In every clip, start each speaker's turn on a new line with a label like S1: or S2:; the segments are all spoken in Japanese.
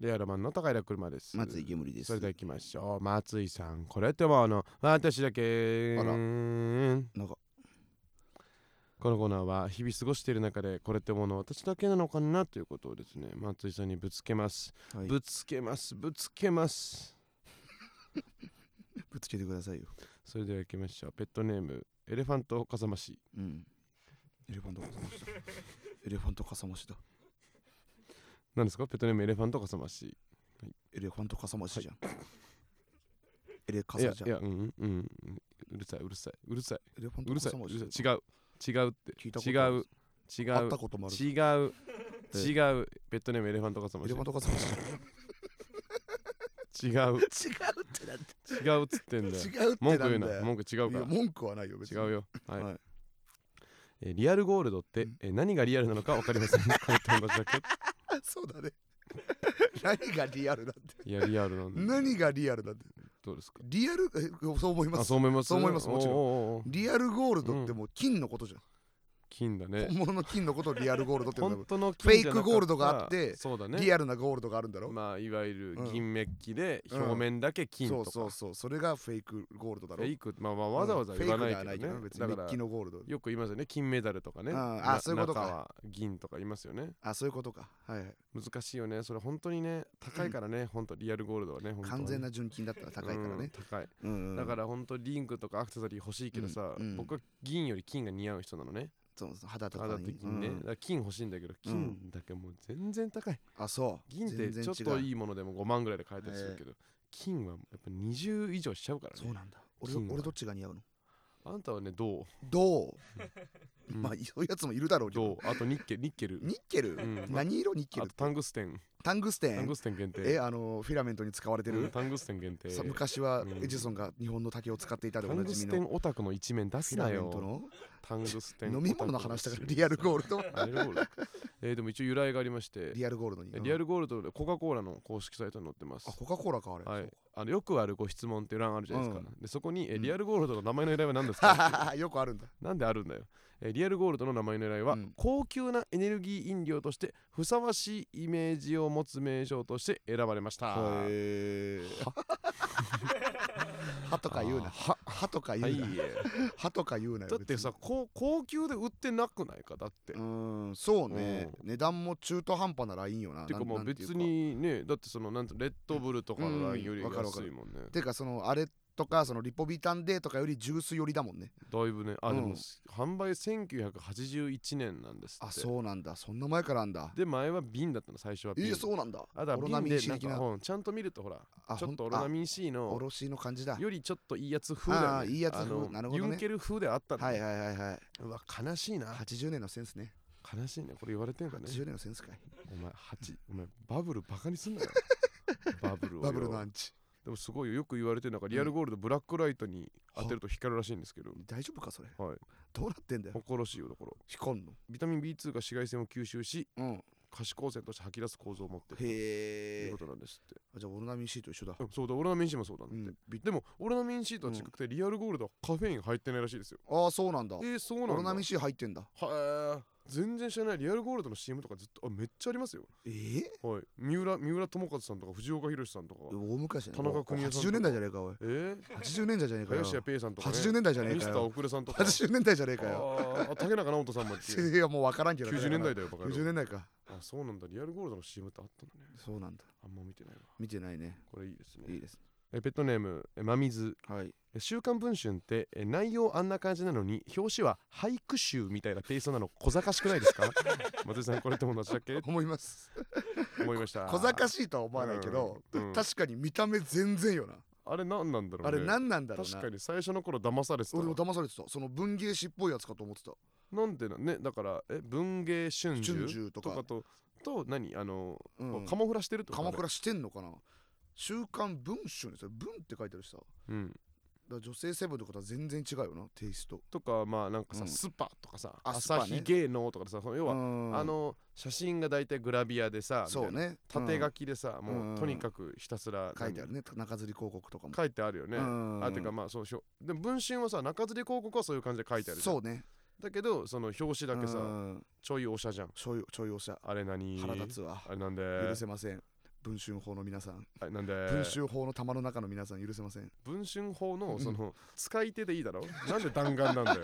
S1: レアルマンの高平車です
S2: 松井煙です
S1: それでは行きましょう松井さんこれってもうあの私だけ
S2: あら
S1: うん
S2: なんか
S1: このコーナーは日々過ごしている中でこれってもの私だけなのかなということをですね松井さんにぶつけます、
S2: はいぶ
S1: ぶつけますぶつけます
S2: ぶつけてくださいよ
S1: それでは行きましょうペットネームエレファントかさまし
S2: うんエレファントかさましだエレファントかさましだ
S1: 何ですかペットネームエレファントかさまし
S2: エレファントかさましじゃん、エレか
S1: いやい
S2: さじゃんエ
S1: やうんうんうるさいうるさいうるさい
S2: レファン
S1: う
S2: ト
S1: る
S2: か
S1: さい
S2: さま
S1: う
S2: し
S1: るさい違う違うって
S2: 聞いたこと
S1: 違
S2: ある
S1: う違
S2: 違う会っ
S1: う
S2: たこともある
S1: 違う
S2: え
S1: 違うペットネームエレファントカサマ
S2: エ
S1: シ
S2: レファントかさまし
S1: 違う
S2: だ違うってなんだ
S1: 違うっつってん だよ
S2: 違うって
S1: 文句
S2: なんだ
S1: 言
S2: よ
S1: うな文句違うか
S2: いや文句はないよ別に
S1: ら違うよはい、
S2: はい
S1: えーリアルゴールドって、えー何がリアルなのか分かりま せんこういった話だけ
S2: そうだね 何がリアルなんだ
S1: いやリアルなんで
S2: 何がリアルなんだ
S1: どうですか
S2: リアルえそう思いま
S1: あ
S2: す
S1: そう思います
S2: そう思いますもちろん
S1: おうおうおう
S2: リアルゴールドってもう金のことじゃん、
S1: 金だね
S2: 本物の金のことをリアルゴールドって言うんだ
S1: 本当の
S2: フェイ
S1: 金じゃ
S2: ク
S1: なかった
S2: ゴールドがあって
S1: そうだ
S2: ろリ
S1: ね
S2: アルなゴールドがあるんだろ、
S1: まあいわゆる
S2: うん
S1: 銀メッキで
S2: うん
S1: 表面だけ金
S2: そ
S1: と
S2: う
S1: か
S2: そうそうそれがフェイクゴールドだ
S1: フ
S2: ろ
S1: ェイクまあまあわざわざ言わないけど
S2: うん
S1: ね
S2: フェイクではないけど別に
S1: だ
S2: メ
S1: か
S2: ッ
S1: ら
S2: キのゴールド
S1: よく言いますよね金メダルとかね
S2: うんあ
S1: な
S2: そういうことか
S1: 中は銀とか言いますよね
S2: あそういうことかはいはい
S1: 難しいよねそれ本当にね高いからね、本当リアルゴールドはね本当はね
S2: 完全な純金だったら高いから
S1: うん
S2: ね、
S1: 高い
S2: うんうん
S1: だから本当リングとかアクセサリー欲しいけどさ、
S2: うんうん
S1: 僕は銀より金が似合う人なのね
S2: そうそう肌とかに
S1: 肌的にね、
S2: うん
S1: だから金欲しいんだけど金だけもう全然高い
S2: あそう
S1: 銀ってちょっ
S2: 全然
S1: と
S2: 違う
S1: いいものでも5万ぐらいで買えたりするけど、金はやっぱ20以上しちゃうから
S2: そう
S1: ね
S2: なんだ俺
S1: 金が
S2: 俺どっちが似合うの
S1: あんたはね銅
S2: 銅、
S1: うん
S2: まあそういうやつもいるだろうけど
S1: 銅あとニッケルニッケル
S2: ニッケル、
S1: うん
S2: 何色ニッケ
S1: あ
S2: ル
S1: とタングステン
S2: タングステ
S1: タン
S2: ン
S1: グステン限定
S2: えあのフィラメントに使われてる、
S1: うんタングステン限定
S2: さ昔は
S1: うん
S2: エジソンが日本の竹を使っていたで
S1: タ
S2: お
S1: ン
S2: な
S1: グ
S2: じ
S1: ス
S2: み
S1: テ
S2: の
S1: ンオタクの一面出
S2: フ
S1: す
S2: ィラ
S1: な
S2: メント
S1: よ
S2: の
S1: タングステン
S2: 飲み物の話だからリアルゴールド
S1: ドリアルゴールドえーでも一応由来がありまして
S2: リアルゴ ールドに
S1: リアルゴールドでコカ・コーラの公式サイトに載ってます
S2: あコカ・コーラかあれ、
S1: はい、あのよくあるご質問っていう欄あるじゃないですか、
S2: う
S1: でそこに、え
S2: うん
S1: リアルゴールドの名前の由来は何です
S2: は
S1: か
S2: ははは よくあるんだ
S1: なんであるんだよ、えリアルゴールドの名前の由来は、
S2: うん
S1: 高級なエネルギー飲料としてふさわしいイメージを持つ名称として選ばれました
S2: へ 歯とか言うな
S1: あ
S2: 歯歯とか
S1: は
S2: 言
S1: いう
S2: な 歯とか言うなよ
S1: だってさ高高級で売ってなくないかだって、
S2: 別にうーんそうね値段も中途半端なラインよな
S1: ていうか
S2: なん
S1: まあ
S2: なんていう
S1: 別にねだってそのなんてレッドブルとかのラインより
S2: うんうんわかるわか
S1: 安
S2: る
S1: いもんね、
S2: てかそのあれとかそのリポビタン D とかよりジュース寄りだもんね
S1: だいぶねあで
S2: う
S1: も
S2: ん
S1: 販売1981年なんですって
S2: あそうなんだそんな前からあんだ
S1: で前は瓶だったの最初は
S2: え
S1: 瓶
S2: ー、そうなんだ
S1: あとは
S2: オロ
S1: 瓶
S2: ナミン
S1: で
S2: C
S1: なん
S2: 的
S1: か
S2: な
S1: うんちゃんと見るとほら
S2: あ
S1: ちょ
S2: ほ
S1: っ
S2: ん
S1: とオロナ
S2: あ
S1: ミン C
S2: お
S1: の
S2: ろしの感じだ
S1: よりちょっといいやつ風だよ
S2: あー
S1: ね
S2: いいやつ風
S1: あの
S2: なるほどね
S1: ユンケル風であったのね
S2: はいはいはいはいう
S1: わ悲しいな
S2: 80年のセンスね
S1: 悲しいねこれ言われてんかね
S2: 80年のセンスかい
S1: お前八お前バブルバカにすんな よバブルをよ
S2: バブルのアンチ
S1: でもすごいよよく言われてるのがリアルゴールドブラックライトに当てると光るらしいんですけど
S2: 大丈夫かそれ
S1: はい
S2: どうなってんだよ
S1: 誇らしいよだから
S2: 光んの
S1: ビタミン B2 が紫外線を吸収し
S2: うん
S1: 可視光線として吐き出す構造を持っているとい
S2: へ
S1: う
S2: え
S1: ことなんですって
S2: じゃあオロナミン C と一緒だ
S1: うんそうだオロナミン C もそうなんだ
S2: う
S1: って、
S2: んび
S1: でもオロナミン C とは違くて、リアルゴールドはカフェイン入ってないらしいですよ
S2: ああそうなんだ
S1: えー、そう
S2: オ
S1: なんだ
S2: ロナミン C 入ってんだ
S1: はえ全然知らないリアルゴールドの CM とかずっとあめっちゃありますよ
S2: ええ
S1: はい三浦三浦友和さんとか藤岡弘さんとか
S2: 大昔だね
S1: 田中邦衛さんとか
S2: 80年代じゃねえかおい
S1: えー、
S2: 80年代じゃねえかよ
S1: 林家ペイさんとか、ね、
S2: 80年代じゃねえ
S1: ミス
S2: か
S1: ター
S2: よ
S1: 奥れさんとか
S2: 80年代じゃねえかよ
S1: あーあ竹中直人さんも
S2: いやもう分からんけど
S1: 90年代だよバカ野
S2: 90
S1: 郎
S2: 年代か
S1: あそうなんだリアルゴールドの CM ってあったんだね
S2: そうなんだ
S1: あんま見てないわ
S2: 見てないね
S1: これいいですね
S2: いいです
S1: えペットネームえ真水
S2: はい
S1: え週刊文春ってえ内容あんな感じなのに表紙は俳句集みたいなテイストなの小賢しくないです か松井さんこれって同じだっけ
S2: 思います
S1: 思いました
S2: 小賢
S1: し
S2: しいとは思わないけど
S1: うんうん
S2: 確かに見た目全然よな
S1: あれ何なんだろう
S2: あ
S1: ね
S2: れ何なんだろうな
S1: 確かに最初の頃騙されてた
S2: 俺も騙されてたその文芸誌っぽいやつかと思ってた
S1: なんでなねだからえ文芸春秋
S2: 春秋と
S1: とか
S2: か
S1: とと何あの、
S2: うん
S1: カモフラしてるってこと
S2: 鎌
S1: ね
S2: 倉してんのかな週刊文春ですよ文って書いてあるしさだか
S1: うん
S2: ら女性セブンとかとは全然違うよなテイスト
S1: とかまあなんかさ、
S2: うん
S1: スパとかさ
S2: あ
S1: 朝
S2: スパね
S1: 日芸能とかでさその要は、
S2: あ
S1: あの写真が大体グラビアでさ
S2: そう
S1: み
S2: ね
S1: たいな縦書
S2: き
S1: きでさ、
S2: う
S1: も
S2: ん
S1: うとにかくひたすら
S2: 書いてあ
S1: る
S2: るね中吊り広告とかも
S1: 書いてあるよね、
S2: うん
S1: あてかまあそうしょでも文春はさ中吊り広告はそういう感じで書いてあるじゃん
S2: そうね
S1: だけどその表紙だけさ
S2: うん
S1: ちょいおしゃじゃん
S2: ちょいちょいおしゃ
S1: あれ何
S2: 腹立つわ
S1: あれなんで
S2: 許せません文春法の皆さん、
S1: あなんで
S2: 文春法の玉の中の皆さん許せません。
S1: 文春法
S2: う
S1: の
S2: ん
S1: その使い手でいいだろなんで弾丸なんだよ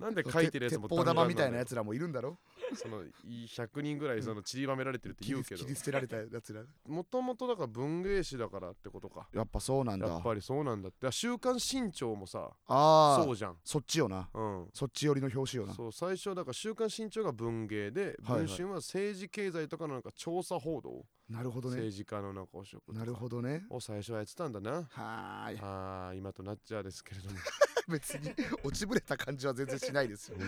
S1: なんで書いてるやつも
S2: 鉄砲
S1: 弾丸ん
S2: 玉
S1: だよ
S2: みたいなやつらもいるんだろ
S1: そのい100人ぐらいその散りばめられてるって
S2: 切
S1: 言
S2: り
S1: うけ ど
S2: 切り捨てられたやつら。
S1: もともとだから文芸誌だからってことか
S2: やっぱそうなんだ。
S1: やっ
S2: あ
S1: ぱりそうなんだってだから週刊新潮もさ
S2: あー
S1: そうじゃん
S2: そっちよな。
S1: うん
S2: そっち寄りの表紙よな。
S1: そう最初だから「週刊新潮」が文芸で「
S2: はいは
S1: 文
S2: い
S1: 春」は政治経済とかのなんか調査報道、
S2: なるほどね。
S1: 政治家のなんか汚職とか
S2: なるほどね。
S1: を最初はやってたんだな
S2: はーい。
S1: あー今となっちゃうですけれど も
S2: 別に落ちぶれた感じは全然しないですよ。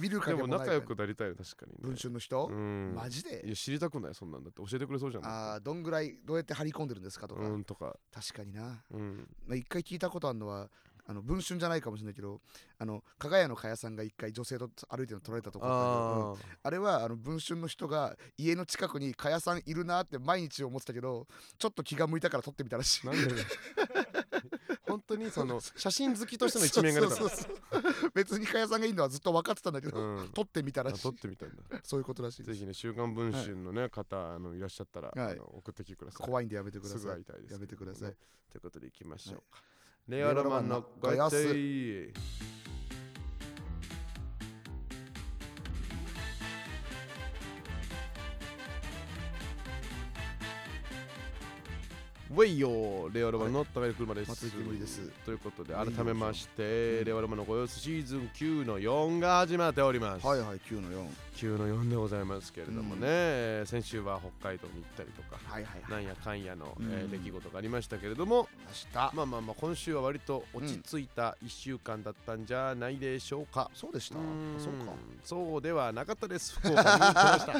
S2: 見る
S1: で
S2: 影
S1: も
S2: もない
S1: 仲良くなりたいよ確かに、ね、
S2: 文春の人
S1: う、ん
S2: マジ
S1: い
S2: で
S1: や知りたくないそんなんだって教えてくれそうじゃない
S2: ああどんぐらいどうやって張り込んでるんですかとか、
S1: うんとか
S2: 確かにな
S1: うん
S2: まあ一回聞いたことあるのはあの文春じゃないかもしれないけどあの加賀屋の加谷さんが一回女性と歩いてるの撮られたとこあったけどうん
S1: あ
S2: あれはあの文春の人が家の近くに加谷さんいるなって毎日思ってたけどちょっと気が向いたから撮ってみたらしい
S1: あなん で本当にその写真好きとしての一面が出た
S2: そうそうそう別に加谷さんがいるのはずっと分かってたんだけど、
S1: うん
S2: 撮ってみたら
S1: あ
S2: しい
S1: 撮ってみたんだ
S2: そういうことらしい
S1: ぜひね「週刊文春」のね、方あのいらっしゃったら、
S2: はい
S1: あの送ってきてください
S2: 怖いんでやめてくだ
S1: すぐ
S2: さい
S1: 会いたいですけどね
S2: やめてください
S1: ということでいきましょうか、
S2: い
S1: 令和ロマンのごや
S2: 令和ロマンのご
S1: すウェイヨーレオロマンの高井車です、
S2: 松井木森です
S1: ということで
S2: ウェイヨー
S1: 改めまして、
S2: うん
S1: レオロマンのご様子シーズン9の4が始まっております、
S2: はいはい9の4
S1: 9の4でございますけれどもね、
S2: う
S1: えー先週は北海道に行ったりとか
S2: はいはいはい
S1: なんやかんやの、えー
S2: うん
S1: 出来事がありましたけれども
S2: 明日
S1: まあまあまあ今週は割と落ち着いた1週間だったんじゃないでしょうか、
S2: そうでした
S1: ーん
S2: そうか
S1: そうではなかった です福岡に行きました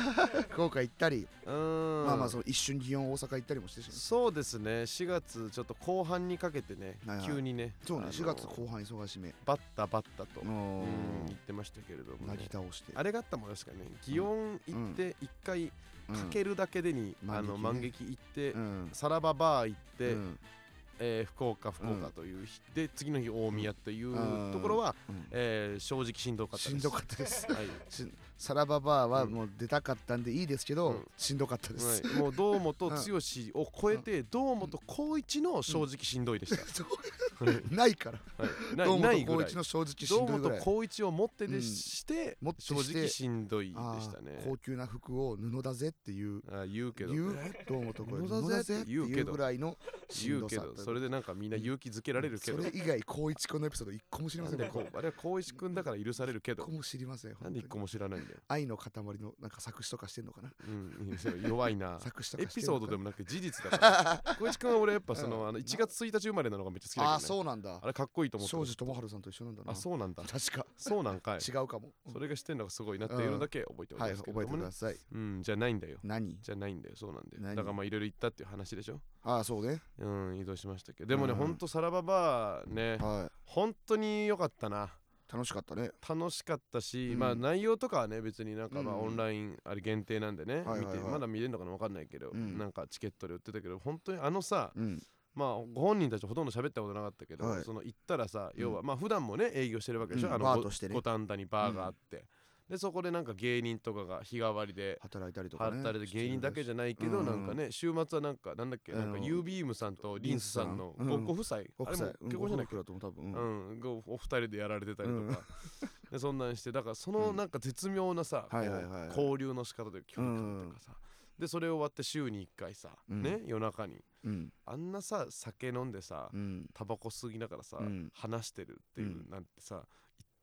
S2: 福岡行ったり、
S1: うーん
S2: まあまあその一瞬祇園大阪行ったりもしてし
S1: そうですね4月ちょっと後半にかけてね、
S2: はいはい
S1: 急にね
S2: そうね
S1: あの
S2: 4月後半忙しめ
S1: バッタバッタと、
S2: う
S1: うん
S2: ん
S1: 言ってましたけれども
S2: な
S1: ね、
S2: ぎ倒して
S1: あれがあったもんですかね祇園行って1回かけるだけでに、
S2: うん
S1: あの
S2: 万
S1: 万
S2: 劇
S1: 劇行って、
S2: うん
S1: さらばバー行って、
S2: うん
S1: えー福岡福岡という日、で次の日大宮という
S2: うん
S1: ところは、
S2: うん
S1: えー正直しんどかったです
S2: しんどかったです
S1: はい
S2: しさらばバーは
S1: うん
S2: もう出たかったんでいいですけど、
S1: うん
S2: しんどかった です、
S1: はい、もう堂本剛を超えて堂本光一の正直しんどいでした、
S2: そう ないから
S1: はい、な
S2: 堂
S1: いな
S2: 本
S1: いぐ
S2: 光
S1: らい
S2: 一の正直し
S1: 堂
S2: んどいぐ
S1: 本
S2: らい
S1: 光一を持ってでして,、
S2: うんもってして
S1: 正直しんどいで
S2: あ
S1: した
S2: ー
S1: ね
S2: 高級な服を布だぜっていう
S1: あ言うけど
S2: 言う堂本光一
S1: 布
S2: 布
S1: だぜ
S2: だぜ
S1: っ
S2: ってて
S1: 言うけど
S2: いうぐらいのし
S1: 言
S2: ん
S1: う
S2: ど
S1: け
S2: さ
S1: どそれでなんかみんな勇気づけられるけど、
S2: それ以外光一君のエピソード一個も知り
S1: な
S2: ませ
S1: ん
S2: ん
S1: で
S2: 僕
S1: こうあれは光一君だから許されるけ
S2: 一
S1: ど
S2: 個も知りません
S1: なん
S2: 本
S1: で
S2: 当
S1: 一
S2: に
S1: 個も知らないんだよ、
S2: 愛の塊のなんか作詞とかしてんのかな
S1: うん、弱いな
S2: 作詞とか
S1: エ
S2: して
S1: ピ
S2: んの
S1: ソ
S2: か
S1: ードでもなくて事実だから 光一君は俺やっぱその,、あの1月1日生まれなのがめっちゃ好きだけど、ね、
S2: ああーそうなんだ
S1: あれかっこいいと思って
S2: 庄
S1: ま
S2: 司
S1: す
S2: 智春さんと一緒なんだな
S1: あそう なんだ
S2: 確か
S1: そうなん かい
S2: 違うかも
S1: それがしてんのがすごいなって
S2: うん
S1: いうのだけ覚えており
S2: はい
S1: ますけれ
S2: 覚え
S1: ど
S2: て
S1: も
S2: く
S1: ね
S2: ださい
S1: うんじゃないんだよ
S2: 何
S1: じゃないんだよそうなんだよ
S2: 何
S1: だからまあいろいろ言ったっていう話でしょ
S2: ああそうね
S1: うん移動しましたけどでもね
S2: うん
S1: ほんとさらばバーね
S2: は
S1: ほんとに良かったない
S2: 楽しかったね
S1: 楽しかったし
S2: うん
S1: まあ内容とかはね別になんかまあ
S2: うん
S1: オンラインあれ限定なんでね
S2: はい
S1: 見
S2: はい
S1: て
S2: はい
S1: まだ見れるのかな分かんないけど
S2: うん
S1: なんかチケットで売ってたけど本当にあのさ
S2: うん
S1: まあご本人たちほとんど喋ったことなかったけど
S2: はい
S1: その行ったらさ
S2: うん
S1: 要はまあ普段もね営業してるわけでし
S2: う
S1: ょ
S2: ん
S1: あの
S2: バー
S1: ご
S2: としてね
S1: 五反田にバーがあってでそこでなんか芸人とかが日替わりで
S2: 働いたりとかね
S1: 働いて芸人だけじ
S2: ゃ
S1: ゃないけど
S2: うん
S1: なんかね週末はなんかなんだっけ
S2: あの
S1: なんかユービームさんとリンスさんの
S2: リンスさ
S1: ご
S2: ん
S1: ご夫妻あれも
S2: 国際
S1: 結婚じゃない
S2: けどとも多分
S1: う
S2: うん
S1: んごお二人でやられてたりとか でそんなんしてだからその
S2: うん
S1: なんか絶妙なさこ
S2: はいはいはいう
S1: 交流の仕方で距離感とかさでそれ終わって週に1回さ
S2: うん
S1: ね夜中に
S2: うん
S1: あんなさ酒飲んでさ
S2: うん
S1: タバコ吸いながらさ
S2: うん
S1: 話してるっていう
S2: うん
S1: なんてさ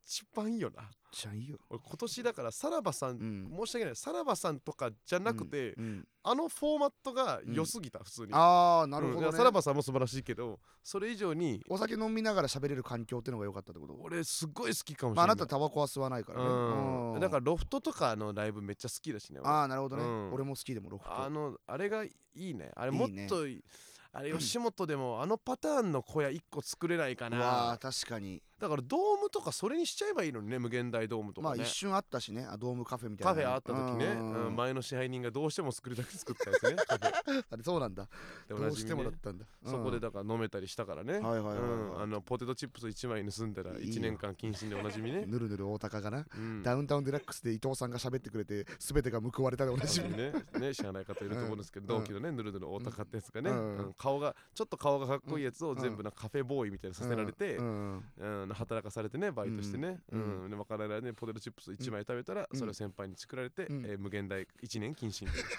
S1: 一番いいよな
S2: じゃあいいよ
S1: 俺今年だからさらばさん
S2: ん
S1: 申し訳ないさらばさんとかじゃなくて、
S2: うんうん
S1: あのフォーマットが良すぎた、普通に
S2: ああなるほ
S1: うん
S2: ど
S1: だ
S2: ね
S1: からさらばさんも素晴らしいけどそれ以上に
S2: お酒飲みながら喋れる環境ってのが良かったってこと
S1: 俺すごい好きかもしれ
S2: まあ
S1: な
S2: あ
S1: い、
S2: なたタバコは吸わないからね
S1: うん
S2: うん
S1: だからロフトとかのライブめっちゃ好きだしね俺
S2: ああなるほどね
S1: うん
S2: 俺も好きでもロフ
S1: あ
S2: ト
S1: のあれがいいねあれ
S2: いい
S1: もっ
S2: ね
S1: といあれ吉本でもあのパターンの小屋一個作れないか
S2: うわ
S1: な
S2: あ確かに
S1: だからドームとかそれにしちゃえばいいのにね無限大ドームと
S2: ま
S1: か
S2: あ
S1: ね
S2: 一瞬あったしねあドームカフェみた
S1: カ
S2: いな
S1: フ
S2: ね
S1: ェあった時ね、
S2: うんうん
S1: う
S2: うんん
S1: 前の支配人がどうしても作りたく作ったや つねカフェ
S2: あれそうなんだ
S1: で
S2: ど
S1: おな
S2: う
S1: じ
S2: し
S1: み
S2: て
S1: ね
S2: もだったんだ
S1: そこで
S2: だ
S1: だから飲めたりしたからね、
S2: はいはいはいはい
S1: うん、あのポテトチップス1枚盗んだら
S2: いいよ
S1: 1年間謹慎でおなじ みね、
S2: ぬるぬる大高がな
S1: うん、
S2: ダウンタウンデラックスで伊藤さんが喋ってくれて全てが報われたでおなじみ
S1: ねね知らない方いると思うんですけど、
S2: うん
S1: 同期のねぬるぬる大高ってやつがね、
S2: うん
S1: うん顔がちょっと顔がかっこいいやつを
S2: ん
S1: 全部なカフェボーイみたいにさせられて、
S2: う
S1: うん
S2: んうん
S1: 働かされてねバイトしてね、う
S2: うんん
S1: で分からないねポテトチップス1枚食べたら、
S2: うん
S1: それを先輩に作られて、
S2: うん
S1: えー無限大1年謹慎 えー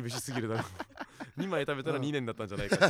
S1: 厳しすぎるだろう2枚食べたら
S2: うん
S1: 2年だったんじゃないかっ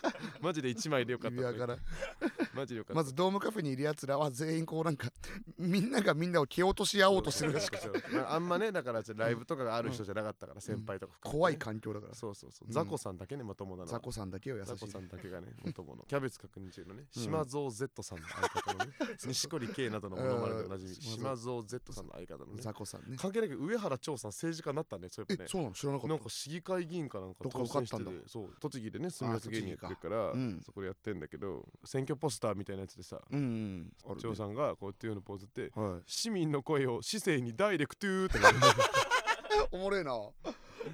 S1: て マジで1枚でよかっ
S2: 意
S1: た
S2: 味
S1: とか
S2: わ
S1: 言っ
S2: か
S1: て
S2: らん
S1: マジでよかった
S2: まずドームカフェにいるやつらは全員こうなんかみんながみんなを蹴落とし合おうとしてるらしく
S1: まああんまねだからライブとかがある人じゃなかったから先輩とか含めてね
S2: 怖い環境だから
S1: そうそうそう
S2: うん
S1: ザコさんだけねまともなのは
S2: ザコさんだけを優しい
S1: ザコさんだけ がね、もともの。キャベツ確認中のね、島蔵 Z さんの相方 のね、錦織圭などのモノマネでおなじみ、
S2: うん
S1: 島蔵 Z さんの相方のね。
S2: ザコさんね
S1: 関係なく上原長さん政治家になったね、そういえば
S2: え
S1: ね。
S2: そうなの知らなかっ
S1: な
S2: た
S1: んか市議会議員かなんか
S2: どっか受かったんだ
S1: 当選しててそう栃木でね住みやす芸人やってるから、
S2: 栃木かうん
S1: そこでやってんだけど選挙ポスターみたいなやつでさ
S2: うんうんあるね
S1: 長さんがこうやっていうのポーズって
S2: はい
S1: 市民の声を市政にダイレクトゥー ってなる
S2: おもろいな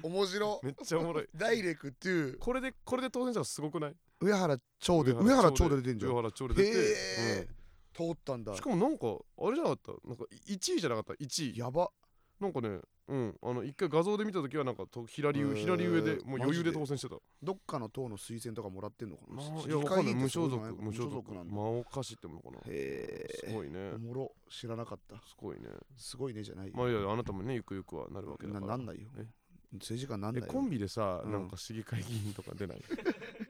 S2: 面白
S1: めっちゃおもろい
S2: ダイレクトゥ
S1: これでこれで当選者がすごくない
S2: 上原町で上原町で出てんじゃん
S1: 上原町で出て、
S2: へ
S1: うん
S2: ー通ったんだ
S1: しかもなんかあれじゃなかったなんかい1位じゃなかった1位
S2: やば
S1: なんかねうんあの一回画像で見た時はなんかと左
S2: へ
S1: 上
S2: ー
S1: 左上でもう余裕で
S2: マジで
S1: 当選してた
S2: どっかの党の推薦とかもらってんのかな
S1: なあ
S2: 市
S1: いやわ
S2: 議
S1: か
S2: 会
S1: んな
S2: 議
S1: い
S2: 員
S1: 無
S2: ってそ
S1: 所
S2: う
S1: 属
S2: じゃない
S1: 無所属
S2: なんだ
S1: 真岡市ってものかな
S2: へえ
S1: すごいね
S2: おもろ知らなかった
S1: すごいね
S2: すごいねじゃない
S1: まあいやあなたもねゆくゆくはなるわけだ
S2: な
S1: か
S2: な
S1: ら
S2: んないよ
S1: え
S2: 政治家なん
S1: え
S2: ない
S1: コ
S2: よ
S1: ンビでさ
S2: うん
S1: なんか市議会議員とか出ない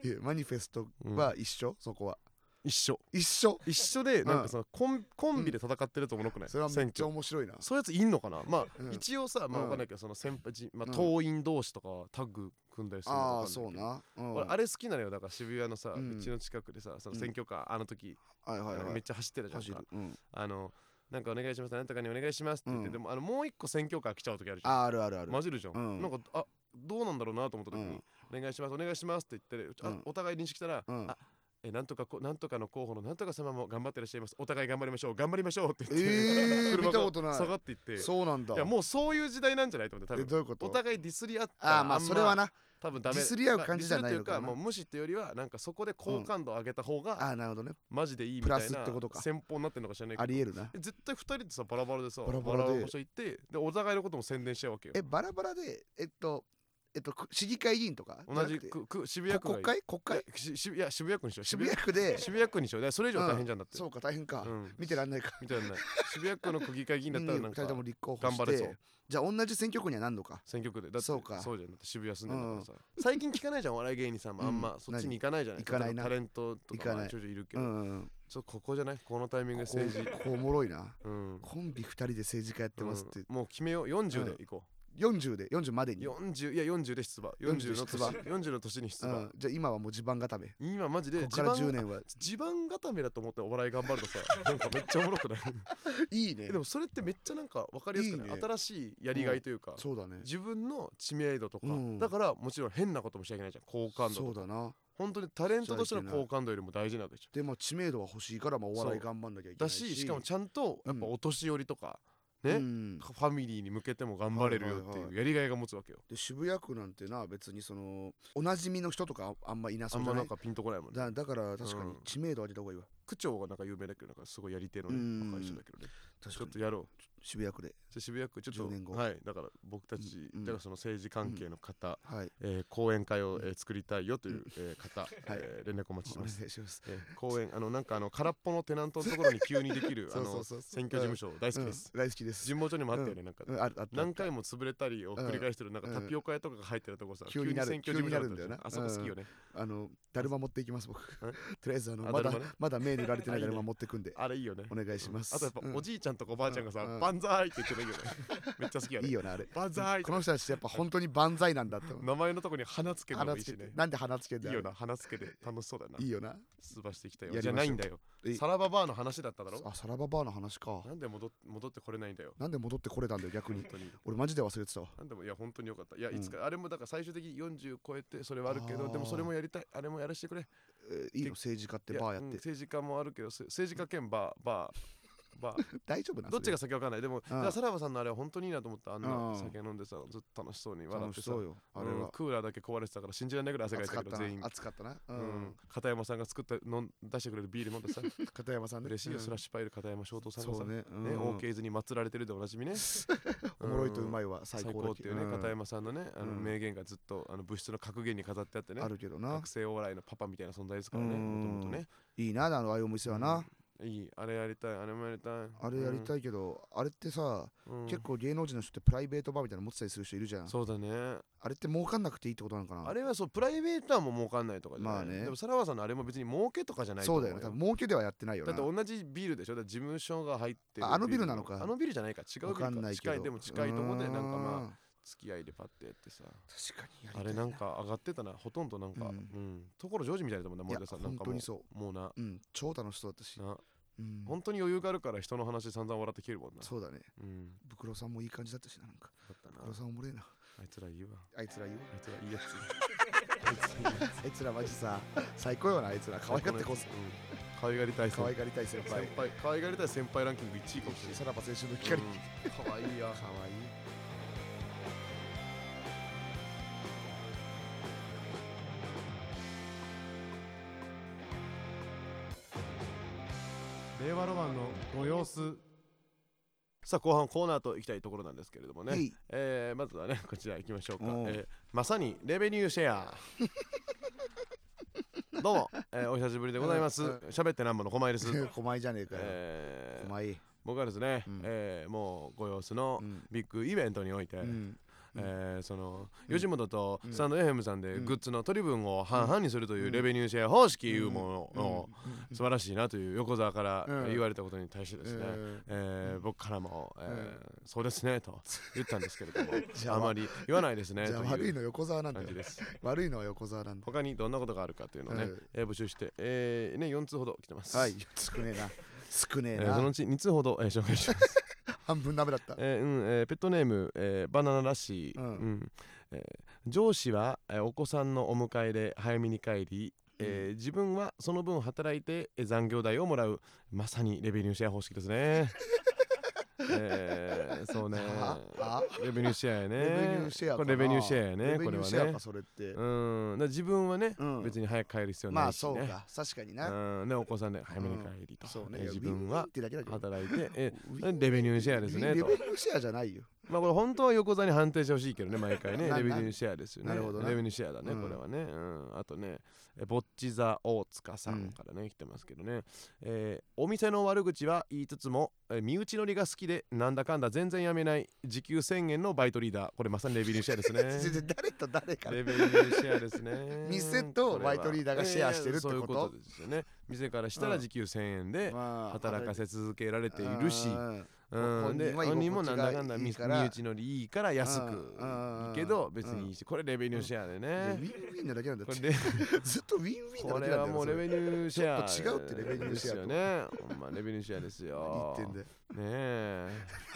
S2: いやマニフェスト
S1: うん
S2: は一緒そこは
S1: 一緒
S2: 一緒
S1: 一緒でなんかさコンコンビで戦ってるとおもろくない
S2: それはめ
S1: 選
S2: っちゃ
S1: 挙
S2: 面白いな
S1: そういうやついんのかなまあ
S2: うん
S1: 一応さまあ
S2: うん
S1: わかんないけどその先輩じまあ
S2: うん
S1: 党員同士とかはタッグ組んだりするのかわかんな
S2: ああ
S1: いけ
S2: そ
S1: ど
S2: うなうん
S1: 俺あれ好きなのよだから渋谷のさ、う
S2: うん
S1: ちの近くでさその
S2: うん
S1: 選挙カー、あの時、
S2: はいはい
S1: あの
S2: は
S1: めっ
S2: い
S1: ちゃ走ってたじゃん
S2: 走
S1: か
S2: るうん
S1: あのなんかお願いしますなんとかにお願いしますって言って、
S2: うん
S1: でもあのもう一個選挙カー来ちゃう時あるじゃん
S2: ああるあるある
S1: 混じるじゃん、
S2: うん
S1: なんかあどうなんだろうなと思った時に、
S2: うん
S1: お願いしますお願いしますって言って、あ
S2: うん
S1: お互い認識したら、
S2: うん
S1: あえなんとかこなんとかの候補のなんとか様も頑張ってらっしゃいますお互い頑張りましょう頑張りましょうって言って、
S2: ええ
S1: 車
S2: 見た
S1: が
S2: ことない
S1: 下がっていって
S2: そうなんだ
S1: いやもうそういう時代なんじゃないと思って多
S2: え
S1: 分
S2: どういうこ
S1: お
S2: と
S1: 互いディスり合って
S2: ああまあそれはな
S1: 多分ダメ
S2: ディスり合う感じじゃない
S1: ディス
S2: のかな
S1: るというかもう無視っていうよりはなんかそこで好感度上げた方が
S2: ああなるほどね
S1: マジでいいみたい
S2: プラス
S1: な
S2: ってことか
S1: 戦法になってるのか知らないけど
S2: ありえるな
S1: え絶対二人ってさバラバラでさ
S2: バラバラで
S1: の場所行ってでお互いのことも宣伝しちゃうわけよ
S2: えバラバラでえっとえっとく市議会議員とか
S1: 同じ
S2: じゃなくて
S1: くく渋谷区
S2: こ
S1: がい
S2: 国
S1: い
S2: 会国会
S1: えししいや渋谷区にしよう
S2: 渋谷区で
S1: 渋谷区にしようでそれ以上大変じゃんだって
S2: そうか大変か
S1: うん
S2: 見てらんないか
S1: みたいな渋谷区の区議会議員だ
S2: み
S1: っ
S2: ん
S1: た
S2: な
S1: らな
S2: 2
S1: ん
S2: 人とも
S1: か
S2: 立候補
S1: 頑張れ
S2: し
S1: そう
S2: てじゃあ同じ選挙区には何度か
S1: 選挙区でだって
S2: そうか
S1: そうじゃんだって渋谷住んでんだからさ
S2: う
S1: 最近聞かないじゃんお笑い芸人さんもあん
S2: う
S1: ま
S2: ん
S1: そっちに行かないじゃない
S2: 何行かないな
S1: タレントとか
S2: 行か
S1: ま
S2: な
S1: あ
S2: い
S1: ちょいちょいいるけ
S2: う
S1: ど
S2: んうんうん
S1: ちょっとここじゃないこのタイミングで
S2: ここ
S1: 政治
S2: ここおもろいな
S1: うん
S2: コンビ2人で政治家やってますって
S1: うんもう決めよう40
S2: う
S1: で行こ
S2: 40で40まで
S1: う、
S2: に
S1: 40いや40で出馬40の年
S2: 出馬
S1: 40の年に出
S2: う
S1: 馬、
S2: んじゃあ今はもう地盤固めこ
S1: 今マジで
S2: こ
S1: 地
S2: から10
S1: 盤
S2: 年は
S1: 地盤固めだと思ってお笑い頑張ると さなんかめっちゃおもろくない
S2: いいね
S1: でもそれってめっちゃなんか分かりやすくない
S2: いいね
S1: 新しいやりがいというか、
S2: そうだね
S1: 自分の知名度とか、
S2: うん
S1: だからもちろん変なこともしちゃいけないじゃん好感
S2: そ
S1: 度
S2: う
S1: とか
S2: だな
S1: 本当にタレントとしての
S2: しちゃいけない
S1: 好感度よりも大事なわけじゃ
S2: でも知名度は欲しいからまあお笑い頑張んなきゃい
S1: ん
S2: け
S1: だ
S2: ないし
S1: ししかもちゃんとやっぱ
S2: うん
S1: お年寄りとか、
S2: う
S1: ね、
S2: ん
S1: ファミリーに向けても頑張れるよっていうやりがいが持つわけよ、
S2: で渋谷区なんてな別にそのおなじみの人とかああんまいなそ
S1: あ
S2: う
S1: ん
S2: じゃ
S1: まな
S2: な
S1: ん
S2: い
S1: かピンとこないもんね
S2: だだから確か
S1: う
S2: に
S1: ん
S2: 知名度上げた方がいいわ
S1: 区長がなんか有名だけどなんかすごいやり手の
S2: うん
S1: ね若い人だけどねちょっ
S2: 確か
S1: と
S2: に
S1: やろう
S2: 渋谷区で
S1: じゃあ渋谷区ちょっ
S2: 10年
S1: と
S2: 後
S1: はいだから僕たち、
S2: うん
S1: だからその政治関係の方、
S2: はい
S1: えー講演会を、えー作りたいよという、えー 方、えー連絡お待ちし
S2: お
S1: ま
S2: 願
S1: す、
S2: いします
S1: えー講演あのなんかあの空っぽのテナントのところに急にできるあ
S2: そうそ
S1: の
S2: うそう
S1: 選挙事務所大好きです、
S2: うん大好きです
S1: 神保町にもあったよね、なんか
S2: うんあるあった
S1: 何回も潰れたりを繰り返してる、なんかタピオカ屋とかが入ってるとこさ、
S2: 急になる
S1: 選挙事務所ったじゃ
S2: 急になるんだよな
S1: あそこ好きよね、
S2: あのだるま持っていきます僕 とりあえずあの
S1: あ
S2: まだ
S1: だるまね
S2: まだ目塗られてない
S1: あいい
S2: だ
S1: ね
S2: るま持ってくんで
S1: あれいいよね
S2: お願いします
S1: あとやっぱ
S2: うん
S1: おじいちゃんとかおばあちゃんがさ、
S2: うん
S1: バ万歳って言ってる けどめっちゃ好きや
S2: いい
S1: ね
S2: よなあれ
S1: 万歳
S2: この人たちやっぱ本当に万歳なんだって思う
S1: 名前のとこに花つけるのも
S2: 鼻
S1: いい
S2: つ
S1: し
S2: けて
S1: ね
S2: なんで鼻つけて
S1: いいよな花つけで楽しそうだない
S2: いよな
S1: すばしてきたよ
S2: や
S1: じ
S2: りましょ
S1: ゃ
S2: う
S1: ないんだよ
S2: え
S1: サラババーの話だっただろ
S2: あサラババーの話か
S1: なんで戻っ戻ってこれないんだよ
S2: なんで戻ってこれたんだよ逆
S1: 本
S2: に
S1: 当に
S2: 俺マジで忘れてたわ
S1: なんでもいや本当によかったいや
S2: うん
S1: いつか、あれもだから最終的に40超えてそれはあるけ
S2: あ
S1: ど
S2: ー
S1: でもそれもやりたいあれもやらせてくれっ
S2: えーいいの政治家ってバーやって
S1: 政治家もあるけどせ政治家兼バーバーバ ー
S2: 大丈夫なん
S1: どっち
S2: それ
S1: が先わかんないでもだ
S2: うん
S1: からさらばさんのあれは本当にいいなと思ったあん
S2: うん
S1: な酒飲んでさずっと楽しそうに笑っ
S2: 楽
S1: て
S2: し
S1: さ
S2: そうよあれ
S1: うん
S2: は
S1: クーラーだけ壊れてたから信じられないぐらい汗かい
S2: 暑
S1: て
S2: か
S1: たけ
S2: った
S1: ど
S2: な
S1: 全員
S2: 暑かったなう
S1: うんん片山さんが作った飲ん出してくれるビール飲ん でさ
S2: 片山さんね
S1: 嬉しいよスラッ
S2: シ
S1: シュパイル片山翔太さんが
S2: そ
S1: さ
S2: うね
S1: ね、
S2: うん
S1: オーケーズに祀られてるでおなじみね
S2: おもろいとうま
S1: い
S2: いは最
S1: 最
S2: 高
S1: 高
S2: だ
S1: っていうね、片山さんのねあの
S2: うん
S1: 名言がずっとあの物質の格言に飾ってあってね
S2: あるけどな
S1: 学生お笑いのパパみたいな存在ですからね
S2: うん
S1: もともとね
S2: いいなあのああいうお店はな
S1: うんいいあれやりたいあれもやりたい
S2: あれやりたいけどあれってさ
S1: うんうん
S2: 結構芸能人の人ってプライベートバーみたいなの持ってたりする人いるじゃん
S1: そうだね
S2: あれって儲かんなくていいってことなのかな
S1: あれはそうプライベートはもう儲かんないとかじゃない
S2: まあね
S1: でもさらばさんのあれも別に儲けとかじゃないと
S2: そ
S1: 思
S2: うだよね多分儲けではやってないよ
S1: だ
S2: な
S1: って同じビルでしょだって事務所が入ってる
S2: ああのビルなのか
S1: あのビルじゃないか違うビル
S2: わかんないけど
S1: 近いでも近いとこでなんかまあ
S2: あ
S1: 付き合いでパッてやってさ
S2: 確かにやりたい
S1: あれなんか上がってたなほとんどなんかう
S2: う
S1: んん所ジョージみたいだと思うんだ森
S2: いや
S1: 田さんなん
S2: 本
S1: か
S2: 当
S1: も
S2: にそう
S1: もうな
S2: ううん超楽しそうだったし
S1: な
S2: うん
S1: 本当に余裕があるから人の話散々笑ってきるもんな
S2: そうだね
S1: うん
S2: ブクロさんもいい感じだったしななんか
S1: だった
S2: ブ
S1: な
S2: クロさんおもれえな
S1: あいつらいいわ
S2: あいつら言う
S1: あいつらいいやつ
S2: あいつらマジさ最高よなあいつら 可愛がってこそ
S1: うん可愛がりたい
S2: 可愛
S1: 先
S2: がりたい先輩
S1: 輩可愛がりたい先輩ランキング1位かもしれない
S2: さらば青春の光
S1: うん可愛いや
S2: 可愛い
S3: 令和ロマンのご様子
S1: さあ後半コーナーと行きたいところなんですけれどもね
S2: へい
S1: えーまずはねこちら行きましょうか、え
S2: おう
S1: ーまさにレベニューシェ アどうも、えーお久しぶりでございます
S2: うんうん
S1: 喋ってなんぼの狛江 です、
S2: 狛江じゃねえかよ
S1: えー
S2: 狛江
S1: 僕はですね、
S2: うん
S1: えーもうご様子の
S2: うん
S1: ビッグイベントにおいて、
S2: うん
S1: えーその
S2: うん
S1: 吉本と
S2: うん
S1: スタンド FM さんで
S2: うん
S1: グッズの取り分を半々にするといううんレベニューシェア方式いうも
S2: う
S1: のを
S2: ん
S1: 素晴らしいなという横澤から
S2: うん
S1: 言われたことに対してですね、
S2: うん
S1: えー
S2: うん
S1: 僕からも、えー
S2: うん
S1: そうですねと言ったんですけれども
S2: じゃあ
S1: あまり言わないですね
S2: じゃあ
S1: と
S2: 悪
S1: い
S2: いうの横澤なんだ
S1: 感
S2: よ
S1: じです
S2: 悪いのは横澤なんだ
S1: 他にどんなことがあるかというのをね、
S2: うん
S1: えー募集して、えーね、4通ほど来てます、
S2: はい少ねえな少ね
S1: えー
S2: え
S1: その
S2: な
S1: うち2通ほど、えー紹介し ます、
S2: 半分ダメだった
S1: えーうんえーペットネーム、えーバナナらしい、
S2: うん
S1: うんえー上司は、えーお子さんのお迎えで早めに帰りえー自分はその分働いてえー残業代をもらうまさにレベニューシェア方式ですね えーそうね
S2: ああ
S1: レベニューシェアやね。
S2: レベニューシェアかな
S1: これレベニューシェアや
S2: レ
S1: ね。こ
S2: ベニ
S1: れ
S2: ュー
S1: は
S2: シェア
S1: ね
S2: か。それって
S1: うん。だから自分はね、
S2: うん
S1: 別に早く帰る必要な
S2: まあ
S1: いしね。
S2: そうか確かにな
S1: うん。で、お子さんで早めに帰りと。
S2: そうね
S1: え自分は
S2: ウィンウィンってだけだけど
S1: 働いて、え、
S2: ウィンウィン
S1: レベニューシェアですね。
S2: レ
S1: と
S2: ベニューシェアじゃないよ
S1: まあこれ本当は横座に判定してほしいけどね、毎回 ね。
S2: な
S1: レベニューシェアですよね。
S2: なるほどな
S1: レベニューシェアだね、
S2: うん
S1: これはね。うん。あとね、えぼっち座大塚さんからね、来てますけどね。えーお店の悪口は言いつつも、えー身内乗りが好きで、なんだかんだ全然やめない、時給1000円のバイトリーダー。これまさにレベニューシェアですね。
S2: 全然誰と誰か
S1: レベニューシェアですね
S2: 店とバイトリーダーがシェアしてるってこ
S1: ええそ
S2: と
S1: ういうことですよね店からした
S2: う
S1: ら
S2: ん
S1: 時給1000円で
S2: まあ
S1: 働かせ続けられているし
S2: うん
S1: うんで
S2: 本
S1: 本人
S2: 人
S1: も
S2: は
S1: な
S2: 居心地が
S1: んだかんだ
S2: い
S1: 身
S2: いから
S1: 身内乗りいいから安
S2: う
S1: く
S2: んうん
S1: いいけど別にいいしこれレベニューシェアで
S2: いやウィ
S1: ね
S2: ンウィンなだけなんだ
S1: こ
S2: って
S1: れレ
S2: ずっとウィンウィンな
S1: こ
S2: だけ
S1: れ
S2: な
S1: は
S2: んだよ
S1: もうレベニューシェア
S2: ちょっと違うってレベニューシェ
S1: です
S2: アと
S1: よねほんまレベニューシェアですよ
S2: それ言ってんだよ
S1: ねえ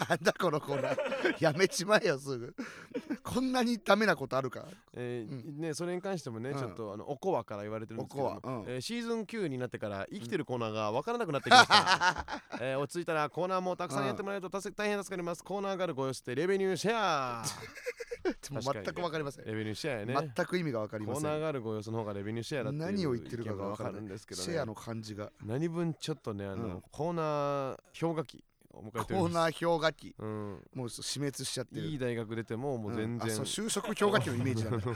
S2: なんだこのコーナーやめちまえよすぐこんなにダメなことあるか
S1: えー
S2: う
S1: ね、それに関してもね、
S2: うん
S1: ちょっとあのおこわから言われてるんですけども
S2: おこわうん
S1: えーシーズン9になってから生きてるコーナーが分からなくなってきま した、えー落ち着いたらコーナーもたくさんやってもらえるとたせ大変助かりますコーナーがあるご様子でレベニューシェ ア
S2: もう
S1: 確かにね
S2: 全くわかりません
S1: レベニューシェアやね
S2: 全く意味がわかりま
S1: コ
S2: せ
S1: ーナー
S2: ん
S1: があるご様子の方がレベニューシェアだっていう
S2: 何を言ってるかが
S1: 意見
S2: わ
S1: わ
S2: か
S1: からる
S2: ない
S1: んですけど、ね、
S2: シェアの感じが
S1: 何分ちょっとねあの、
S2: うん
S1: コーナー氷河期を迎えて
S2: コ
S1: お
S2: ー
S1: ります
S2: ナー氷河期
S1: うん、
S2: もう死滅しちゃってる
S1: いい大学出てももう全
S2: んあ
S1: 然、
S2: そう
S1: 普
S2: 就職氷河期のイメージなんだ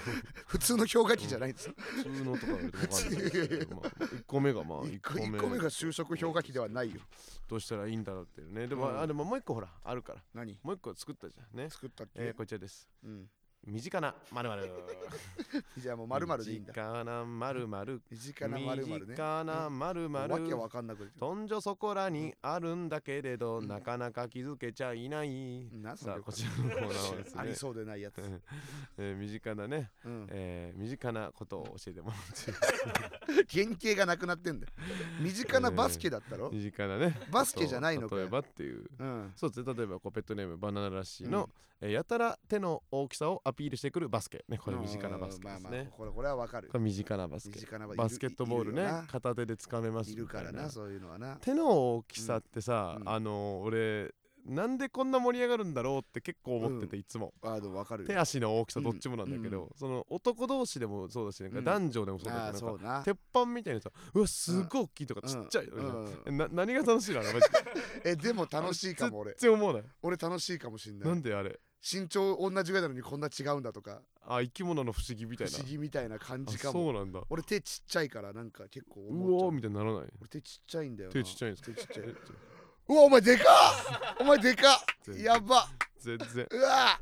S2: 普通の氷河期じゃないんですよ
S1: 通のとか言われて も分かんないですけど、まあ、1個目がまあ1
S2: 1個一個目が就職氷河期ではないよ
S1: どうしたらいいんだろうっていうねでも、
S2: うん
S1: あでももう一個ほらあるから
S2: 何
S1: もう一個作ったじゃんね、
S2: 作ったって
S1: えーこちらです、
S2: うん
S1: 身近なまる まる。
S2: じゃあもう丸々でいいんだ
S1: 身近なまるまる。
S2: 身近な丸
S1: 身
S2: 々ね
S1: 近なまるま
S2: わけ
S1: る。
S2: わかんなくなっちゃ
S1: とんじょそこらにあるんだけれど、
S2: うん
S1: なかなか気づけちゃいない。
S2: うなんす
S1: さ
S2: か
S1: あこちらのコーナーはです
S2: あり
S1: ね、
S2: そうでないやつ、
S1: えー身近なね、
S2: うん、
S1: えー身近なことを教えてもらって いる
S2: 原型がなくなってんだよ身近なバスケだったろ、
S1: 身近なね
S2: バスケじゃないの
S1: そ
S2: か
S1: う例えばっていう
S2: うん
S1: そうですね例えばこうペットネームバナナラッシー
S2: う
S1: の
S2: ん、
S1: えーやたら手の大きさをアピールしてくるバスケねこれ身近なバスケですね、
S2: まあまあこれこれはわかる
S1: これ身近なバス
S2: 身
S1: ケ
S2: 近なバ
S1: バスケットボール
S2: いるよ
S1: ね
S2: な
S1: 片手で掴めます
S2: いるから
S1: みたい
S2: なそういうのはな
S1: 手の大きさってさ、
S2: うん
S1: あの俺なんでこんな盛り上がるんだろうって結構思ってて、いつも
S2: あでもわかる
S1: 手
S2: よ
S1: 足の大きさどっちもなんだけど、
S2: うん
S1: その男同士でもそうだしなんか
S2: うん
S1: 男女でもそう
S2: あ
S1: だ
S2: ー
S1: けど、
S2: そ
S1: なん
S2: う
S1: か
S2: な
S1: 鉄板みたいなさうわすっごい大きいとか
S2: うん
S1: ちっちゃいとかじゃん、
S2: うん
S1: な何が楽しいのあれマジで
S2: えでも楽しいかも俺
S1: 全然思わな い、
S2: 俺楽しいかもしんな
S1: ないんであれ
S2: 身長同じぐらいなのにこんな違うんだとか
S1: あ生き物の不思議み
S2: 不
S1: たいな
S2: 思議みたいな感じ
S1: あ
S2: か
S1: そ
S2: も
S1: うなんだ
S2: 俺手ちっちゃいからなんか結構
S1: う
S2: 思っちゃ
S1: わ
S2: う
S1: ーみたいにならない
S2: 俺手ちっちゃいんだよな
S1: 手ちっちゃいんですか
S2: 手ちっちゃい
S1: え
S2: うわお前でかっお前でかっ
S1: 全然
S2: やば
S1: 全然
S2: うわ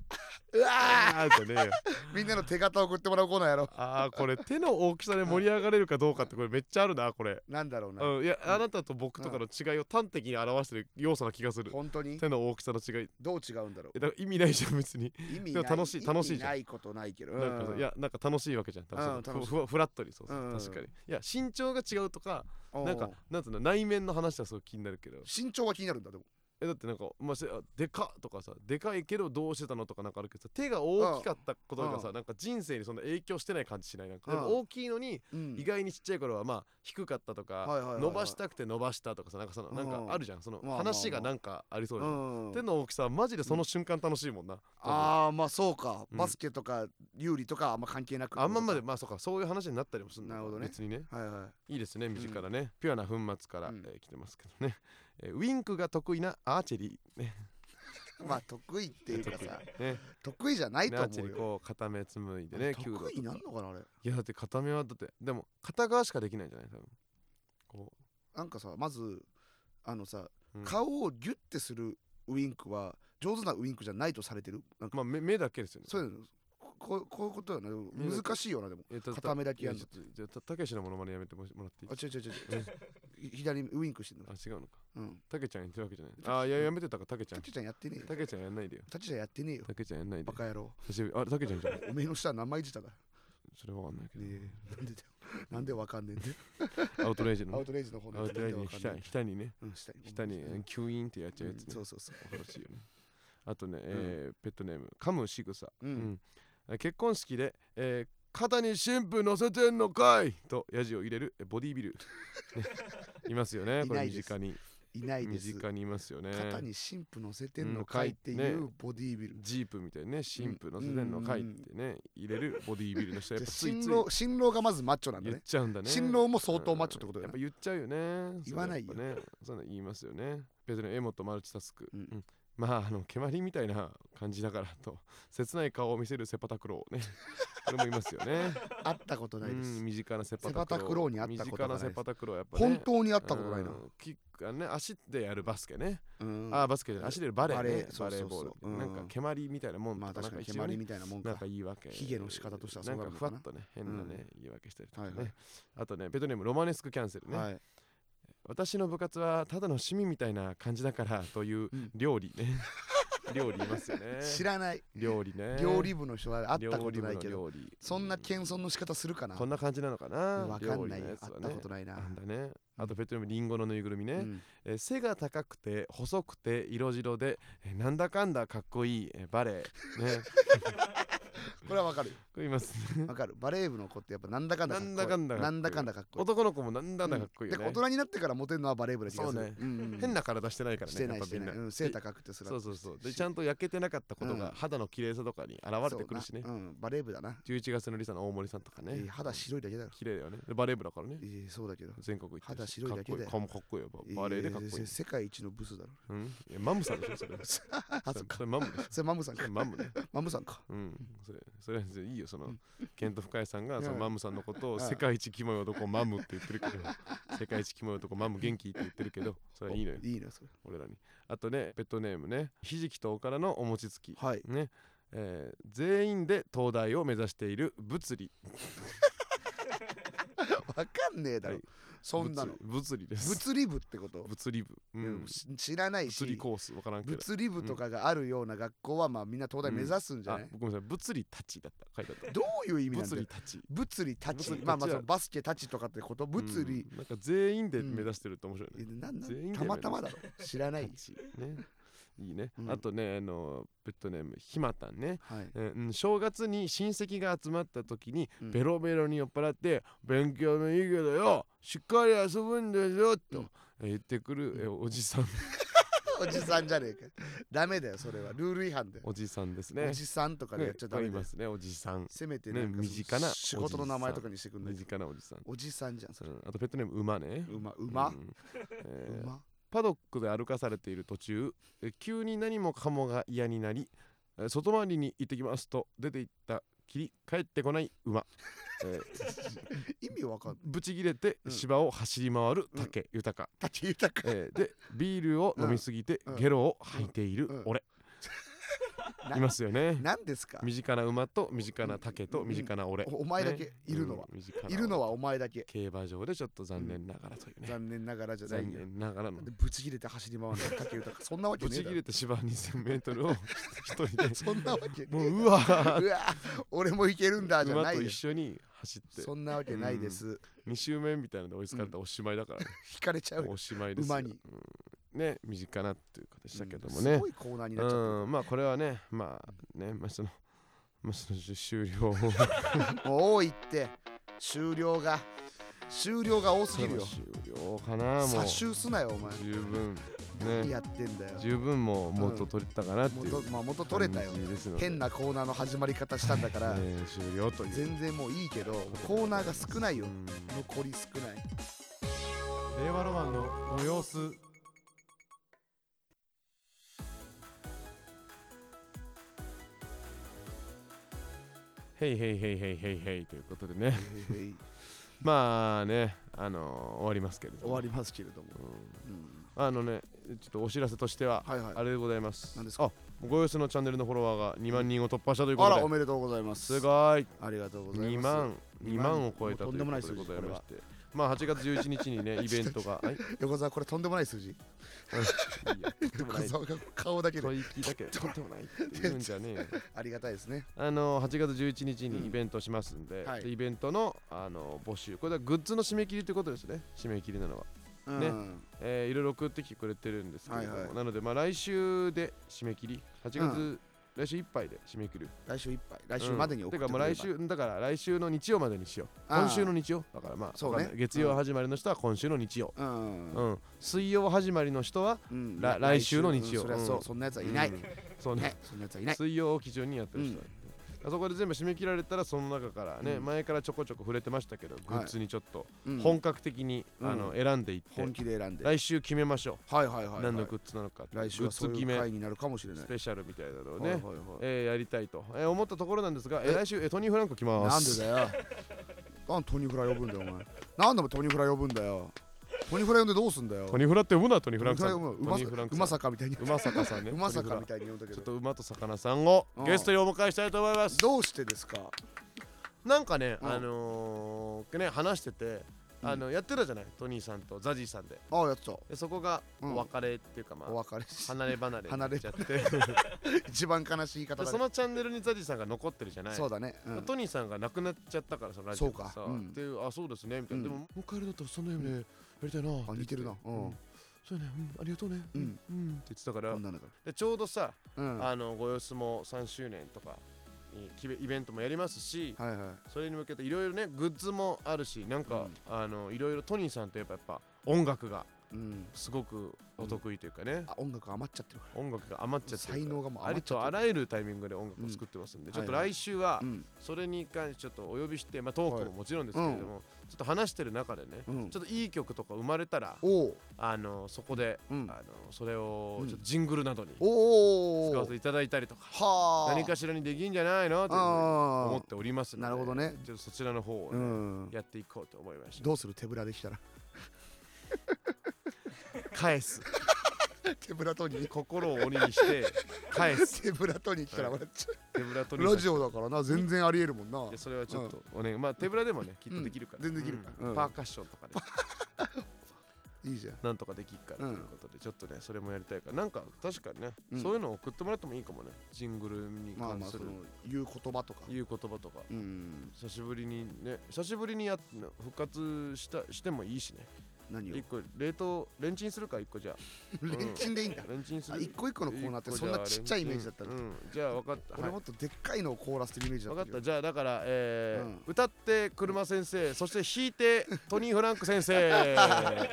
S2: うわ
S1: ああーじゃねえよ
S2: みんなの手形送ってもらうコーナーやろ
S1: ああこれ手の大きさで盛り上がれるかどうかってこれめっちゃあるなこれ
S2: なんだろうな、
S1: うん、いや、あなたと僕とかの違いを端的に表してる要素な気がする。
S2: 本当に
S1: 手の大きさの違い。
S2: どう違うんだろ
S1: えだから意味ないじゃん、別に。
S2: う意味
S1: で
S2: な
S1: も
S2: い
S1: 楽しい楽しい
S2: 意味
S1: じゃん
S2: ないことないけど
S1: なんかさ
S2: うん
S1: いや、なんか楽しいわけじゃん。多分
S2: うん
S1: そ
S2: 楽
S1: の
S2: しい
S1: ふわふらっとに、そうそう
S2: うんうん
S1: 確かに。いや、身長が違うとか、
S2: う
S1: なんか、なんつうの、内面の話はそう気になるけど。
S2: 身長は気になるんだでも
S1: え、だってなんか、まあ、せあでかっとかさ、でかいけどどうしてたのとかなんかあるけどさ、手が大きかったことが
S2: う
S1: さ、なんか人生にそんな影響してない感じしない。なんか、
S2: うん
S1: でも大きいのに、
S2: うん
S1: 意外にちっちゃい頃はまあ低かったとか、
S2: はいはいはいはい
S1: 伸ばしたくて伸ばしたとかさなんかそのなんかあるじゃんその
S2: まあまあまあ
S1: 話がなんかありそうじゃん、
S2: うん
S1: 手の大きさはマジでその瞬間楽しいもんな、多分
S2: ああまあそうか、
S1: うん
S2: バスケとか有利とかあんま関係なく
S1: あんままで
S2: で
S1: まあそうかそういう話になったりもするんだ
S2: なるほどね
S1: 別にね
S2: はいはい
S1: いいですね身近なね、ピュアな粉末から、
S2: うん
S1: えー来てますけどね、えーウィンクが得意なアーチェリーね
S2: まあ得意っ ていうかさ
S1: ね
S2: 得意じゃない
S1: ね
S2: と
S1: アーチェ
S2: 思
S1: リ
S2: う
S1: ー
S2: よ
S1: こう片目つむいでね弓道
S2: 得意なんのかなあれ
S1: いやだって片目はだってでも片側しかできないんじゃない多分こ
S2: なんかさまずあのさ、
S1: う、うん
S2: 顔をギュッてするウインクは上手なウインクじゃないとされてるなんか
S1: まあ目目だけですよね
S2: そういうのここういうことよなでも
S1: うん
S2: 難しいよなでも
S1: えーたた
S2: 片目だけやんの
S1: いちょっとじゃあたたけしのものまねやめてもしもらっていい
S2: あ違う違う違う違う左ウインクしてんの
S1: あ違うのか
S2: うん
S1: たけちゃんやってるわけじゃない
S2: たけ
S1: あーいややめてたかたけちゃ
S2: タ
S1: ん
S2: チちゃんやってねえよ
S1: たけちゃんやんないでよ
S2: タチちゃんやってねえよ
S1: たけちゃんやんないで
S2: バカ野郎
S1: 久しぶりあたけちゃんじゃん
S2: おめえの下は名前出ただね
S1: それわかんないけ
S2: えなんでだよなんでわかんねえんだよ
S1: どアウトレイジ
S2: ア
S1: の
S2: ウトレイジの方
S1: アウトレイジに
S2: 下
S1: 下下にね
S2: うん下に
S1: 下に
S2: うん
S1: キュイーンってやっちゃうやつ
S2: そ
S1: ね
S2: うそうそ
S1: 恐
S2: う
S1: ろしいよねあとねえーペットネーム噛む仕草
S2: う
S1: うんんえー結婚式でえー肩に新婦乗せてんのかいとヤジを入れるえーボディービ ルねいますよねこれ
S2: いない
S1: 身
S2: です
S1: 近に
S2: いない
S1: 身
S2: です
S1: 近にいますよね
S2: 肩に新婦乗せてんのかいってい
S1: うん
S2: うボディービル
S1: ジープみたいにね、新婦乗せてんのかいってね、入れるボディービルの人、やっ
S2: じゃ
S1: ぱ
S2: あ
S1: つい
S2: 新
S1: つい
S2: 郎新郎がまずマッチョなんだ
S1: 言っ
S2: ね
S1: ちゃうんだね。
S2: 新郎も相当マッチョってこと
S1: うんや
S2: だ
S1: っぱ言
S2: よ
S1: っちゃうよね。
S2: 言わないよ
S1: それやっぱね、そういうの言いますよね。別にエモとマルチタスク。
S2: うん
S1: うんまあ、あの、蹴鞠みたいな感じだからと、切ない顔を見せるセパタクロー ね。これもいますよね。
S2: 会ったことないで
S1: う
S2: す
S1: ん身近なセパタクロー。
S2: セパタクローに会ったことがない
S1: 身近なセパタクローはやっぱね。
S2: 本当に会ったことないな
S1: うんキックあのね、足でやるバスケね。
S2: うん
S1: あー、バスケじゃない。足でやるバレーね、
S2: バレーそ
S1: バ
S2: うそ
S1: レ
S2: うそ
S1: ー
S2: う
S1: ボール。
S2: うん
S1: なんか蹴鞠みたいなもんと
S2: まあ確かに
S1: なん一
S2: 蹴
S1: 応ね
S2: 鞠みたいなもん
S1: なん
S2: か
S1: か言い訳
S2: ヒゲの仕方としてはそ
S1: な
S2: うんなる
S1: か
S2: の
S1: ふ
S2: か
S1: わ
S2: な
S1: っとね変なね、言い訳したりとかね、
S2: はいはい
S1: あとねベトネームロマネスクキャンセルね、
S2: はい
S1: 私の部活はただの趣味みたいな感じだからという
S2: うん
S1: 料理ね 料理いますよね
S2: 知らない
S1: 料理ね
S2: 料理部の人は会ったことないけ
S1: 料理部の料
S2: ど
S1: 理
S2: そんな謙遜の仕方するかな
S1: こんな感じなのかな
S2: わかんない
S1: 料理の
S2: よ
S1: やつ
S2: 会
S1: は
S2: っ
S1: ね
S2: たことないな
S1: なんだねあとベトナムリンゴのぬいぐるみね、
S2: うん
S1: えー背が高くて細くて色白で、えーなんだかんだかっこいい、えーバ レエね
S2: これはわかるよ
S1: これいますね
S2: わかるバレー部の子ってやっぱなんだかんだかっこいい
S1: なんだかんだかっこいい
S2: なんだかんだかっこいい
S1: 男の子もなんだかんだかっこいいよね、
S2: うんで大人になってからモテるのはバレー部で気がする
S1: そうね
S2: う ん
S1: 変な体してないからね
S2: してない
S1: や
S2: し
S1: っぱ
S2: て
S1: みん
S2: ない、うん、背
S1: で
S2: 高くてすら
S1: そうそうそうでちゃんと焼けてなかったこと
S2: うん
S1: が肌の綺麗さとかに現れてくるしね
S2: そうなうんバレー部だな、
S1: 11月のリサの大森さんとか
S2: え
S1: ね
S2: ー肌白いだけだろ、
S1: 綺麗だよねでバレー部だからね
S2: えーそうだけど
S1: 全国行って
S2: 肌
S1: る
S2: 白いだけだよ
S1: かっこいい顔もかっこいいよやっぱバレーでかっこいい
S2: えー、世界一のブスだろ
S1: うんいやマムさんでしょそれ
S2: あ
S1: そ
S2: そ
S1: れ
S2: っか
S1: それマムでしょ
S2: それマムさん
S1: そ
S2: か
S1: れマムね
S2: マムさんか
S1: うんそれそれは全然いいよその
S2: ん
S1: ケント深井さんが
S2: うん
S1: そのマムさんのこと
S2: う
S1: を
S2: ん
S1: 世界一キモい男マムって言ってるけど 世界一キモい男マム元気って言ってるけどそれはいいのよ
S2: いいねそれ
S1: 俺らにあとねペットネームねひじきとおからのお餅つき
S2: はい
S1: ね、えー全員で東大を目指している物理
S2: わかんねえだろ、
S1: はい
S2: そんなの
S1: 物物理です
S2: 物理部ってこと、
S1: 物理部、う
S2: いや
S1: ん、
S2: し知らない
S1: 物理
S2: し
S1: コースわからんけど
S2: 物理部とかがあるような学校はまあみんな東大目指すんじゃ
S1: あ
S2: ない、
S1: ごめんなさい物理たちだった書いてあっ
S2: どういう意
S1: た
S2: 味なん
S1: 物
S2: だよ
S1: 理たち
S2: 物理たち
S1: 物理
S2: まあまあ
S1: 立ち
S2: そのバスケたちとかってこと物理、
S1: うんなんか全員で目指してるって面白いね、
S2: えなんなん
S1: 全員で
S2: たまたまだろ知ら ない
S1: たちねいいね、
S2: うん
S1: あとねあのペットネームひまたんね
S2: はい、
S1: えーうん、正月に親戚が集まった時に
S2: うん
S1: ベロベロに酔っ払って「勉強もいいけどよしっかり遊ぶんですよ」
S2: う
S1: と
S2: ん
S1: えー言ってくるえーおじさん
S2: おじさんじゃねえかダメだよそれはルール違反だよ
S1: おじさんです
S2: お
S1: ね。
S2: じさんとかでやっちゃダメ
S1: ねこう言いま
S2: だよ
S1: すねおじさん
S2: せめて
S1: ね
S2: なんかその
S1: 身近な
S2: 仕事の名前とかにしてくんな
S1: 身
S2: い
S1: 近なおじさん。
S2: おじさんじゃんそれ
S1: うんあとペットネーム馬ね。
S2: 馬馬、う
S1: うんえー
S2: 馬
S1: パドックで歩かされている途中えー急に何もかもが嫌になりえー外回りに行ってきますと出て行ったきり帰ってこない馬。え ー
S2: 意味わかんない
S1: ブチ切れて
S2: うん
S1: 芝を走り回る竹豊、
S2: 立ち豊か
S1: えーでビールを飲みすぎて
S2: うん
S1: ゲロを吐いている
S2: うん
S1: 俺、
S2: ない
S1: ますよね
S2: 何ですか
S1: 身近な馬と身近な竹と
S2: うん
S1: 身近な俺、
S2: おお前だけいるのは、
S1: うん身近ない
S2: るのはお前だけ
S1: 競馬場でちょっと残念ながらというね、
S2: 残念ながらじゃない
S1: 残
S2: よ
S1: 念ながらの
S2: なんでブチ切れて走り回るの竹豊かそんなわけ
S1: ブ
S2: ねえ
S1: チ
S2: だ
S1: 切
S2: ろ
S1: れて芝 2000m を一人で
S2: そんなわけねえ
S1: もううわー
S2: うわ俺もいけるん だじゃな
S1: 馬と
S2: いよ
S1: 一緒に走って
S2: そんなわけないです
S1: 2周目みたいなので追いつかれたらおしまいだからね、
S2: 引かれちゃうよ
S1: おしまいですよ
S2: 馬に
S1: うんね身近なっていう形だけども
S2: うん
S1: ね
S2: すごいコーナーになっちゃっ
S1: うんまあこれはねまあねまあそのまあその終了
S2: たもう多いって終了が 終了が多すぎるよ
S1: 終了かなもう
S2: 殺臭すなよお前
S1: 十分
S2: 何
S1: ね
S2: やってんだよ
S1: 十分もう元取れたかなっていう
S2: 元,、まあ、元取れたよ
S1: 感じですので
S2: 変なコーナーの始まり方したんだから
S1: ね終了という
S2: 全然もういいけどコーナーが少ないよ
S1: うん
S2: 残り少ない
S3: 令和ロマンのご様子
S1: へいへいへいへいへいへいということでね まあねあのー終わりますけれど
S2: 終
S1: も
S2: わりますけれども、
S1: うん
S2: うん
S1: あのねちょっとお知らせとしては
S2: はいはい
S1: あれでございます
S2: 何ですか
S1: あご様子のチャンネルのフォロワーが2万人を突破したというこ
S2: あら
S1: と
S2: お
S1: で
S2: めでとうございます
S1: すごい
S2: ありがとうござい
S1: 2
S2: ます
S1: 万
S2: 2
S1: 2
S2: 万
S1: 万を超えた
S2: も
S1: と
S2: うとん
S1: い
S2: で
S1: う
S2: もない
S1: こ
S2: 数
S1: と
S2: 字
S1: でございましてまあ8月11日にねイベントが はい
S2: 横澤これとんでもない数字
S1: いいよとんでも
S2: 横
S1: ない
S2: 澤が顔だけで
S1: 吐息だけとんでもないって言うんじゃねえよ
S2: ありがたいですね
S1: あの8月11日にイベントしますんで,で、
S2: はい
S1: イベントのあの募集これはグッズの締め切りってことですね締め切りなのは、
S2: うん
S1: ねえーいろいろ送ってきてくれてるんですけれども、
S2: はいはい
S1: なのでまあ来週で締め切り8月、来週いっぱいで締め切る
S2: 来週いっぱい来週までに送って
S1: うんてか
S2: く
S1: まあ
S2: れれ
S1: 来
S2: ば
S1: 週だから来週の日曜までにしよう
S2: あー
S1: 今週の日曜だからまあ
S2: そうね
S1: わかんない月曜始まりの人は今週の日曜、
S2: うん
S1: うん水曜始まりの人は
S2: うん
S1: ら来週の日曜
S2: うんそりゃそう
S1: うん
S2: そんなやつはいない
S1: うんそうね
S2: ねそんなやつはいない
S1: 水曜を基準にやってる人だって、あそこで全部締め切られたらその中からね、
S2: うん
S1: 前からちょこちょこ触れてましたけど、グッズにちょっと
S2: うん
S1: 本格的に、
S2: うん
S1: あの選んでいって、
S2: 本気で選んではい
S1: 来週決めましょう、
S2: はいはいはい
S1: 何のグッズなのかって
S2: 来週
S1: グ
S2: は
S1: ッズ
S2: そうい
S1: 決
S2: う
S1: め
S2: 回になるかもしれない
S1: スペシャルみたいなのを
S2: は
S1: ね、
S2: いはいはい
S1: えーやりたいと、えー思ったところなんですが、えー
S2: え
S1: 来週、えートニー・フランコ来ます
S2: なんでだよなんでトニフラ呼ぶんだよお前なんでもトニフラ呼ぶんだよトニフラ呼んでどうすんだよ
S1: トニーフラって呼ぶなトニー・フランクさん
S2: トニフラ呼ぶうまさうまさかみたいに
S1: うまさかさんね。
S2: うまさか
S1: トニ
S2: み
S1: フ
S2: たいに呼んだけ
S1: ラちょっ
S2: ど
S1: と馬と魚さんを
S2: うん
S1: ゲストにお迎えしたいと思います。
S2: どうしてですか
S1: なんかね、
S2: うん
S1: あのー、ね話してて、
S2: うん
S1: あのやってたじゃない、トニーさんとザジーさんで。
S2: ああやった
S1: でそこが
S2: うん
S1: お別れっていうかま
S2: お
S1: あ
S2: 別れし
S1: 離れ離れに
S2: 離
S1: な
S2: れ
S1: っちゃって
S2: 一番悲しい言い方
S1: で
S2: だ
S1: そ
S2: ね
S1: のチャンネルにザジーさんが残ってるじゃない。
S2: そうだねうん
S1: トニーさんが亡くなっちゃったからそのラジオでさ
S2: そうかうん
S1: っていうあそうですねみたいな、
S2: う
S1: で
S2: ん
S1: ももう帰るだったらそのようにやりたいな
S2: あ似てるなう
S1: うんんそうやね、うん、ありがとうね
S2: う
S1: う
S2: ん、
S1: ん、って言ってたから、
S2: 女だか
S1: でちょうどさ、
S2: らうんは
S1: あのご様子も3周年とかにきべイベントもやりますし
S2: いはい
S1: それに向けていろいろねグッズもあるしなんか、
S2: うん
S1: あのいろいろトニーさんといえばやっぱ音楽が
S2: うん
S1: すごくお得意というかね、
S2: あ音楽余っちゃってるか
S1: 音楽が余っちゃ
S2: ら
S1: ってる
S2: 才
S1: から
S2: 能がもう
S1: あ
S2: 余
S1: り
S2: っちゃ
S1: とあ
S2: ってる
S1: らゆるタイミングで音楽を作ってますんで、
S2: ん
S1: ちょっと
S2: はいはい
S1: 来週は
S2: うん
S1: それに関してちょっとお呼びして、まあ、トークももちろんですけれども、ちょっと話してる中でね、
S2: うん
S1: ちょっといい曲とか生まれたら
S2: おう
S1: あのそこで、
S2: うん
S1: あのそれを
S2: うん
S1: ちょっとジングルなどに
S2: お
S1: 使
S2: お
S1: わせていただいたりとか、
S2: はあ
S1: 何かしらにできんじゃないのというふうに
S2: あ
S1: 思っ
S2: あ
S1: ておりますので
S2: なるほどね
S1: ちょっとそちらの方を
S2: う
S1: ね、
S2: ん
S1: やっていこうと思いました
S2: どうする手ぶらで きたら
S1: 返す
S2: 手ぶらとに
S1: 心を鬼にして返す
S2: セブラトニー来たら笑っちゃ
S1: 手ぶら
S2: う
S1: 取り
S2: ラジオだからな全然ありえるもん
S1: い
S2: な
S1: やそれはちょっとお願いまあ手ぶらでもねきっとできるから
S2: うん全然できる
S1: うん
S2: うん
S1: パーカッションとか で
S2: いいじゃん
S1: なんとかできるからと
S2: うん
S1: いうことでちょっとねそれもやりたいからなんか確かにね
S2: うん
S1: そういうのを送ってもらってもいいかもねジングルに
S2: まあ
S1: 関
S2: まあ
S1: する
S2: その言う言葉とか
S1: いう言葉とか
S2: うん
S1: 久しぶりにね久しぶりにやっ復活したしてもいいしね
S2: 何を
S1: 一個冷凍レンチンするか一個じゃ
S2: レンチンでいいんだ
S1: あレンチンす
S2: あ
S1: る
S2: 一個一個のコーナーってそんなちっちゃいイメージだったの
S1: うんうんじゃあ分かった
S2: 俺
S1: はい
S2: もっとでっかいのを凍らせてるイメージだ
S1: 分
S2: っ
S1: か
S2: た
S1: っ
S2: けど
S1: たじゃあだから、えー
S2: うん
S1: 歌って車先生そして弾いてトニー・フランク先生、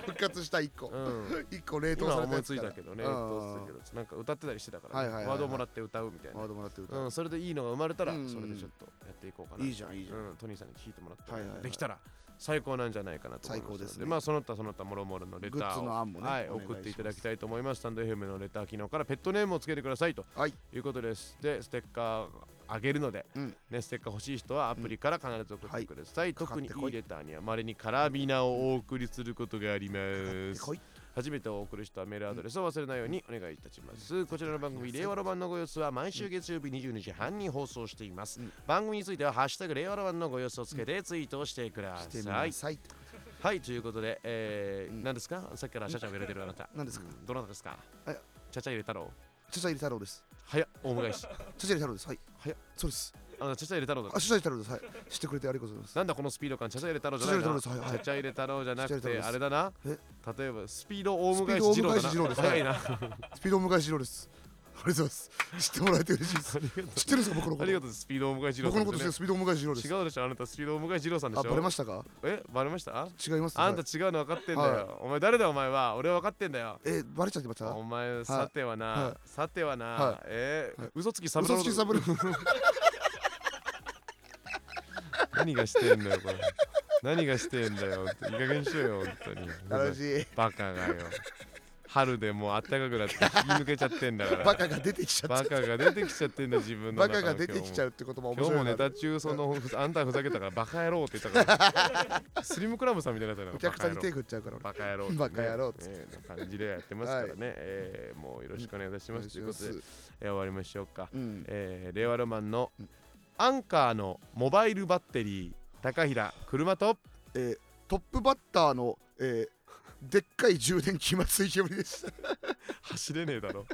S2: 復活した一個
S1: うん、
S2: 一個冷凍
S1: 今
S2: された
S1: 思
S2: や
S1: いつ
S2: つ
S1: い
S2: か
S1: た
S2: ら
S1: けどね
S2: うん
S1: どうするけどなんか歌ってたりしてたから、
S2: はいはいはいはい
S1: ワードもらって歌うみたいな、
S2: ワードもらってるから
S1: うん、それでいいのが生まれたら、
S2: うん
S1: それでちょっとやっていこうかない
S2: いじゃんいいじゃん
S1: うん、トニーさんに聞いてもらって、
S2: はいはいはい
S1: できたら最高なんじゃないかなと思います
S2: 最高ですね
S1: まあその他その他もろもろのレタ
S2: グッ
S1: ー
S2: ズ
S1: を
S2: の案もね
S1: はい、
S2: お願いし
S1: 送
S2: ます
S1: っていただきたいと思いますスタンド FM のレター機能からペットネームをつけてくださいと、
S2: はい、
S1: うことですでステッカーあげるので、
S2: うん
S1: ね、ステッカー欲しい人はアプリから必ず送ってください、
S2: かかっ
S1: 特に
S2: てこ
S1: いい
S2: い
S1: レターにはまれにカラビナをお送りすることがありま
S2: ですこい
S1: 初めてお送りしたメールアドレスを忘れないようにお願いいたします。こちらの番組、令和ロマンのご様子は毎週月曜日22時半に放送しています
S2: うん。
S1: 番組については、ハッシュタグ令和ロマンのご様子をつけてツイートをしてくだ
S2: してみ
S1: さ。
S2: ないさい
S1: はい、ということで、えー
S2: うん
S1: 何ですかさっきからシャチャを入れてるあなた。
S2: 何ですか
S1: うんどなたですか
S2: あ
S1: チャチャ入れ太郎。
S2: 著者入れ太郎です
S1: 早っ、大 返し。
S2: 著者入れ太郎ですはい
S1: 早っ
S2: そうです
S1: あのチャチャ入れ太郎だ
S2: あ。著者入れ太郎ですはい知ってくれてありがとうございます
S1: なんだこのスピード感、チャチャ入れ太郎じゃ
S2: 著
S1: な
S2: 者
S1: い
S2: 入
S1: な
S2: れ太郎ですはい
S1: チ
S2: は
S1: ャ
S2: い
S1: チャ入れ太郎じゃなく
S2: チャチャ入
S1: て、
S2: れ
S1: あれ
S2: 太
S1: だな。
S2: え
S1: 例えば、スピード大返し二郎だな。
S2: スピード大昔二郎です
S1: 早いな。
S2: スピードお迎えしろですありがとうございます知ってもらえて嬉しいです
S1: ありがとう
S2: 知ってるんですか僕のこ
S1: あ
S2: と
S1: りがとう、スピード大返し二郎
S2: 僕
S1: さんです
S2: のこと
S1: ね
S2: してスピードお迎えしろです
S1: 違うでしょあなたスピードを向井二郎さんでし
S2: あ
S1: ょ
S2: バレましたか
S1: えバレました
S2: 違います
S1: あんた違うの分かってんだよ、
S2: はい
S1: お前誰だお前は俺は分かってんだよ
S2: えバレちゃってました
S1: お前さてはな、
S2: は
S1: さてはな、
S2: はい
S1: えー
S2: はい
S1: 嘘つきサブロ
S2: 嘘つきサブロ
S1: 何がしてんだよこれ何がしてんだよいい加減にしろよ本当
S2: 楽
S1: に
S2: しい
S1: バカがよ春でもうあったかくな って引き抜けちゃってんだから
S2: バカが出てきちゃっ
S1: バ
S2: た
S1: カが出てきちゃってんだ自分の
S2: バ
S1: 中
S2: カ
S1: の
S2: が出てきちゃ
S1: う
S2: うって言葉面
S1: 今日
S2: 白
S1: も
S2: い
S1: ネ
S2: な
S1: タ中そのあんたふざけたからバカ野郎って言ったから スリムクラブさんみたいになった
S2: お
S1: のバ
S2: 客
S1: カ
S2: さん
S1: 野
S2: に
S1: 郎
S2: 手振っちゃうか ら
S1: バカ野郎
S2: バカ野郎っ
S1: って
S2: つ
S1: ね、ええ感じでやってますからね、
S2: はい
S1: ええもうよろしくお願いいたします、ということで、
S2: で
S1: ええ終わりましょうか、
S2: うん
S1: ええ令和ロマンの
S2: うん
S1: アンカーのモバイルバッテリー高平車と
S2: えートップバッターのえーでっかい充電器松井けぶりでした
S1: 走れねえだろ